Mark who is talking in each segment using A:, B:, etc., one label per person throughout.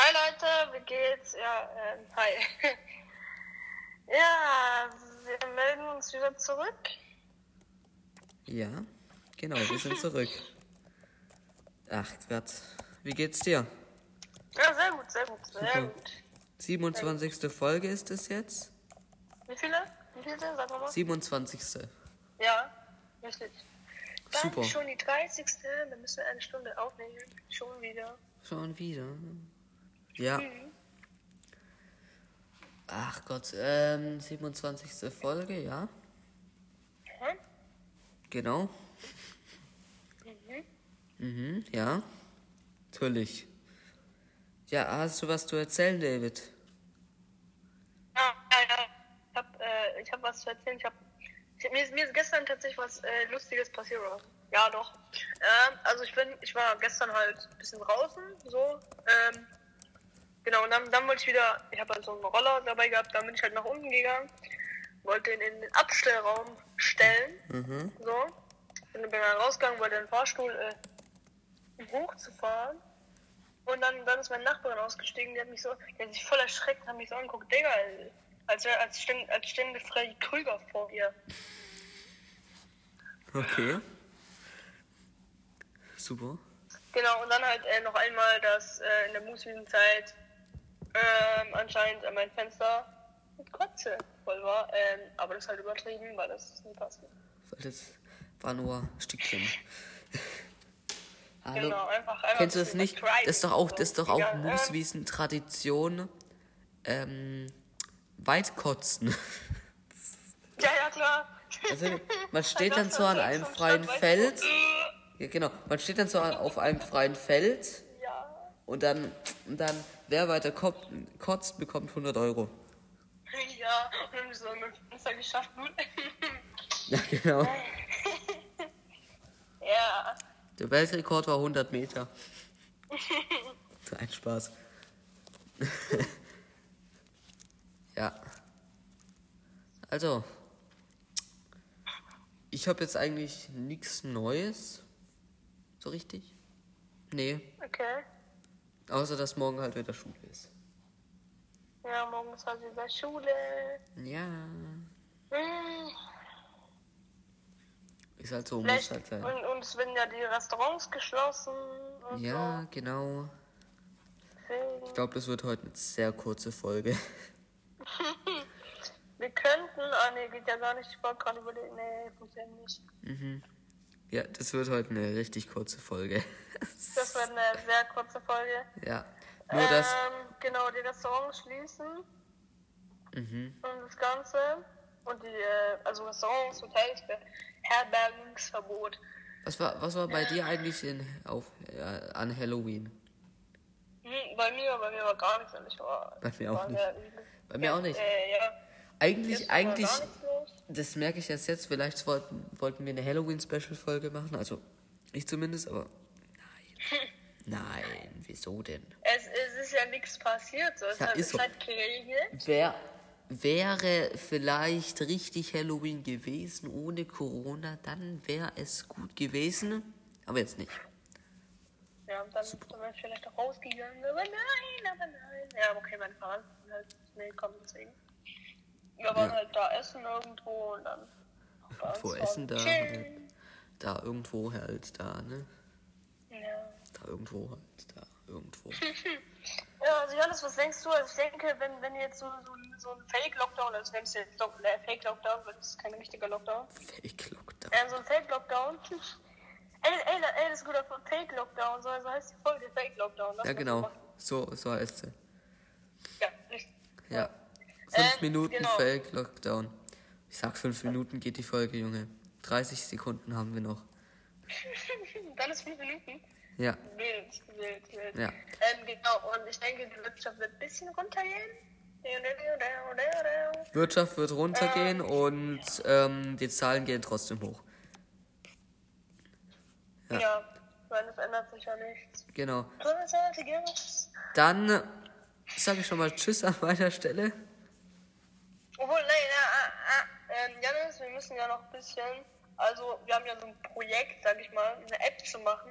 A: Ja, wie geht's? Ja, ähm, hi. ja, wir melden uns wieder zurück.
B: Ja, genau, wir sind zurück. Ach Gott, wie geht's dir?
A: Ja, sehr gut, sehr gut, sehr
B: Super.
A: gut.
B: 27. Folge ist es jetzt?
A: Wie viele? Wie viele? Sag mal.
B: 27.
A: Ja, richtig. Dann
B: Super.
A: schon die 30. Dann müssen wir eine Stunde aufnehmen. Schon wieder.
B: Schon wieder. Ja. Ach Gott, ähm, 27. Folge, ja.
A: Ja.
B: Genau. Mhm. Mhm, ja. Natürlich. Ja, hast du was zu erzählen, David?
A: Ja, ja, ja. Ich hab, äh, ich hab was zu erzählen. Ich hab, ich, mir, ist, mir ist gestern tatsächlich was äh, Lustiges passiert. Oder? Ja, doch. Ähm, also ich bin, ich war gestern halt ein bisschen draußen, so. Ähm, genau, und dann, dann wollte ich wieder, ich habe halt so einen Roller dabei gehabt, dann bin ich halt nach unten gegangen, wollte den in den Abstellraum stellen. So. Und dann bin dann rausgegangen, wollte den Fahrstuhl äh, hochzufahren. Und dann, dann ist meine Nachbarin ausgestiegen, die hat mich so, die hat sich voll erschreckt und hat mich so angeguckt, Digga, als, wär- als, stände, als stände Freddy Krüger vor ihr.
B: Okay. Super.
A: Genau, und dann halt äh, noch einmal, dass äh, in der Mußwiesenzeit ähm, anscheinend an mein Fenster mit Kotze voll war. Ähm, aber das ist halt übertrieben, weil das ist nie passiert.
B: Weil Das war nur Stückchen. Hallo.
A: Genau, einfach- einfach
B: Kennst du
A: ein
B: das
A: bisschen
B: nicht?
A: was
B: Das ist doch auch,
A: treiben,
B: das ist doch
A: so.
B: auch
A: Egal, ähm.
B: Mooswiesen Tradition. Ähm, Weitkotzen.
A: Ja, ja, klar.
B: Also, man steht dann so an einem freien Feld. Ja, genau. Man steht dann so an- auf einem freien Feld
A: Ja.
B: und dann, und dann wer weiter ko- kotzt, bekommt 100 Euro.
A: Ja, und dann so mit dem Fenster geschafft.
B: Ja, genau.
A: ja.
B: Der Weltrekord war 100 Meter. Ein Spaß. ja. Also, ich habe jetzt eigentlich nichts Neues. So richtig? Nee,
A: Okay.
B: außer dass morgen halt wieder Schule ist.
A: Ja, morgen ist halt wieder Schule.
B: Ja.
A: Hm.
B: Ist halt so, muss
A: Vielleicht,
B: halt sein.
A: und, und es werden ja die Restaurants geschlossen. Und
B: Ja, genau.
A: So. Deswegen,
B: Ich glaube, das wird heute eine sehr kurze Folge.
A: Wir könnten, ah nee, geht ja gar nicht. Ich wollte gerade überlegen, nee, funktioniert nicht.
B: Ja, das wird heute eine richtig kurze Folge.
A: Das wird eine sehr kurze Folge.
B: ja. Nur das.
A: Ähm, genau, die Restaurants schließen.
B: Mhm.
A: Und das Ganze. Und die, äh, also Restaurants, Hotels, Herbergungsverbot.
B: Was war, was war bei dir eigentlich in, auf, äh, an Halloween?
A: Hm, bei mir, bei mir war gar nichts, ehrlich. War,
B: Bei mir auch
A: war
B: nicht.
A: sehr-
B: Bei mir auch nicht.
A: Äh, ja.
B: Eigentlich,
A: Jetzt war
B: eigentlich,
A: Gar nichts los.
B: das merke ich erst jetzt, vielleicht wollten, wollten wir eine Halloween-Special-Folge machen, also ich zumindest, aber nein. Nein, wieso denn?
A: Es, es ist ja nichts passiert, so. es
B: Ja,
A: hat,
B: ist
A: es
B: so.
A: hat geregnet.
B: Wär, wäre vielleicht richtig Halloween gewesen ohne Corona, dann wäre es gut gewesen, aber jetzt nicht.
A: Ja, und dann sind wir vielleicht auch rausgegangen, aber nein, aber nein. Ja, okay, meine Verwandten sind halt schnell gekommen, deswegen. Wir waren
B: Ja.
A: halt da essen irgendwo und dann. bei uns
B: Vor
A: war
B: Essen da, ne?
A: Chill.
B: da irgendwo halt, da, ne?
A: Ja.
B: Da irgendwo halt, da irgendwo.
A: ja, also Johannes, was denkst du? Also ich denke, wenn, wenn jetzt so, so, so ein Fake-Lockdown, also wenn es jetzt Lock- äh, Fake-Lockdown wird, das ist kein richtiger Lockdown.
B: Fake Lockdown.
A: Äh, so ein Fake-Lockdown. ey, ey, ey, das ist guter Fake-Lockdown, so also heißt die Folge Fake-Lockdown. Lass
B: Ja,
A: uns
B: genau.
A: machen.
B: So, so heißt sie.
A: Ja, richtig.
B: Ja. Fünf
A: Ähm,
B: Minuten
A: genau.
B: Fake Lockdown. Ich sag, fünf Minuten geht die Folge, Junge. 30 Sekunden haben wir noch.
A: Dann ist fünf Minuten.
B: Ja,
A: Wild, wild, wild.
B: Ja.
A: Ähm, genau, und ich denke, die Wirtschaft wird ein bisschen runtergehen.
B: Wirtschaft wird runtergehen und ähm, die Zahlen gehen trotzdem hoch.
A: Ja, ja weil es ändert sich ja nichts.
B: Genau.
A: Großartiges.
B: Dann sage ich schon mal Tschüss an meiner Stelle.
A: Obwohl, nein, ja, ah, ah. Ähm, Janis, wir müssen ja noch ein bisschen. Also, wir haben ja so ein Projekt, sag ich mal, eine App zu machen.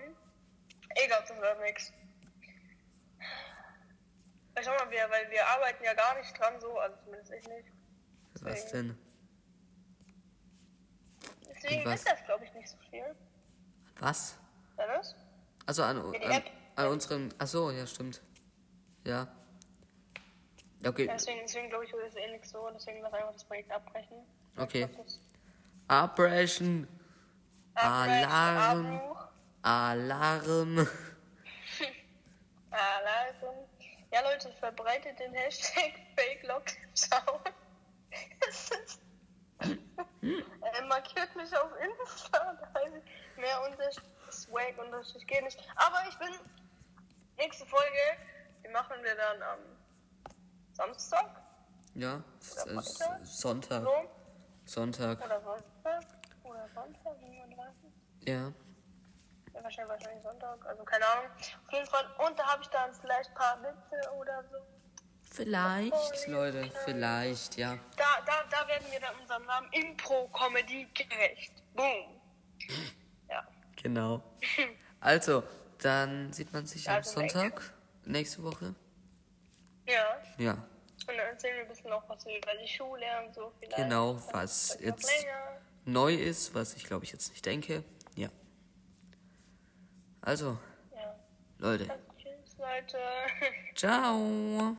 A: Egal, das wird nichts. Ich schau mal, mal wieder, weil wir arbeiten ja gar nicht dran, so, also zumindest ich nicht.
B: Was denn?
A: Deswegen
B: was?
A: ist das, glaube ich, nicht so viel.
B: Was?
A: Dennis?
B: Also an,
A: die
B: an,
A: App.
B: an unseren. Ach so, ja, stimmt. Ja. Ja, Okay,
A: Ja, deswegen, deswegen glaube ich, ist es eh nichts so, deswegen lass einfach das Projekt abbrechen.
B: Okay.
A: Ich glaub, das-
B: Abbrechen,
A: Abbrechen,
B: Alarm.
A: Abbruch,
B: Alarm.
A: Alarm. Ah, also, Ja, Leute, verbreitet den Hashtag Fake Lockdown. Das ist- äh, markiert mich auf Insta, da heißt ich mehr unterstrich Swag unterstrich geht nicht. Aber ich bin nächste Folge, die machen wir dann am Samstag,
B: Ja, S-
A: Oder
B: S-
A: Freitag?
B: Sonntag.
A: so,
B: Sonntag.
A: oder Sonntag, oder Sonntag, 37.
B: Ja.
A: Ja, wahrscheinlich, wahrscheinlich Sonntag, also keine Ahnung. Auf jeden Fall, und da habe ich dann vielleicht ein paar Witze oder so.
B: Vielleicht, Leute, vielleicht, ja.
A: Da, da, da werden wir dann unserem Namen Impro-Comedy gerecht. Boom. Ja.
B: Genau. Also, dann sieht man sich am
A: Also, nächste
B: Sonntag. Nächste Woche.
A: Ja.
B: Ja,
A: Und dann erzählen wir ein bisschen noch was über die Schule und so vielleicht.
B: genau,
A: Dann
B: was
A: vielleicht noch
B: jetzt
A: länger.
B: neu ist, was ich glaube ich jetzt nicht denke. Ja. Also,
A: Ja.
B: Leute,
A: Tschüss, Leute.
B: ciao.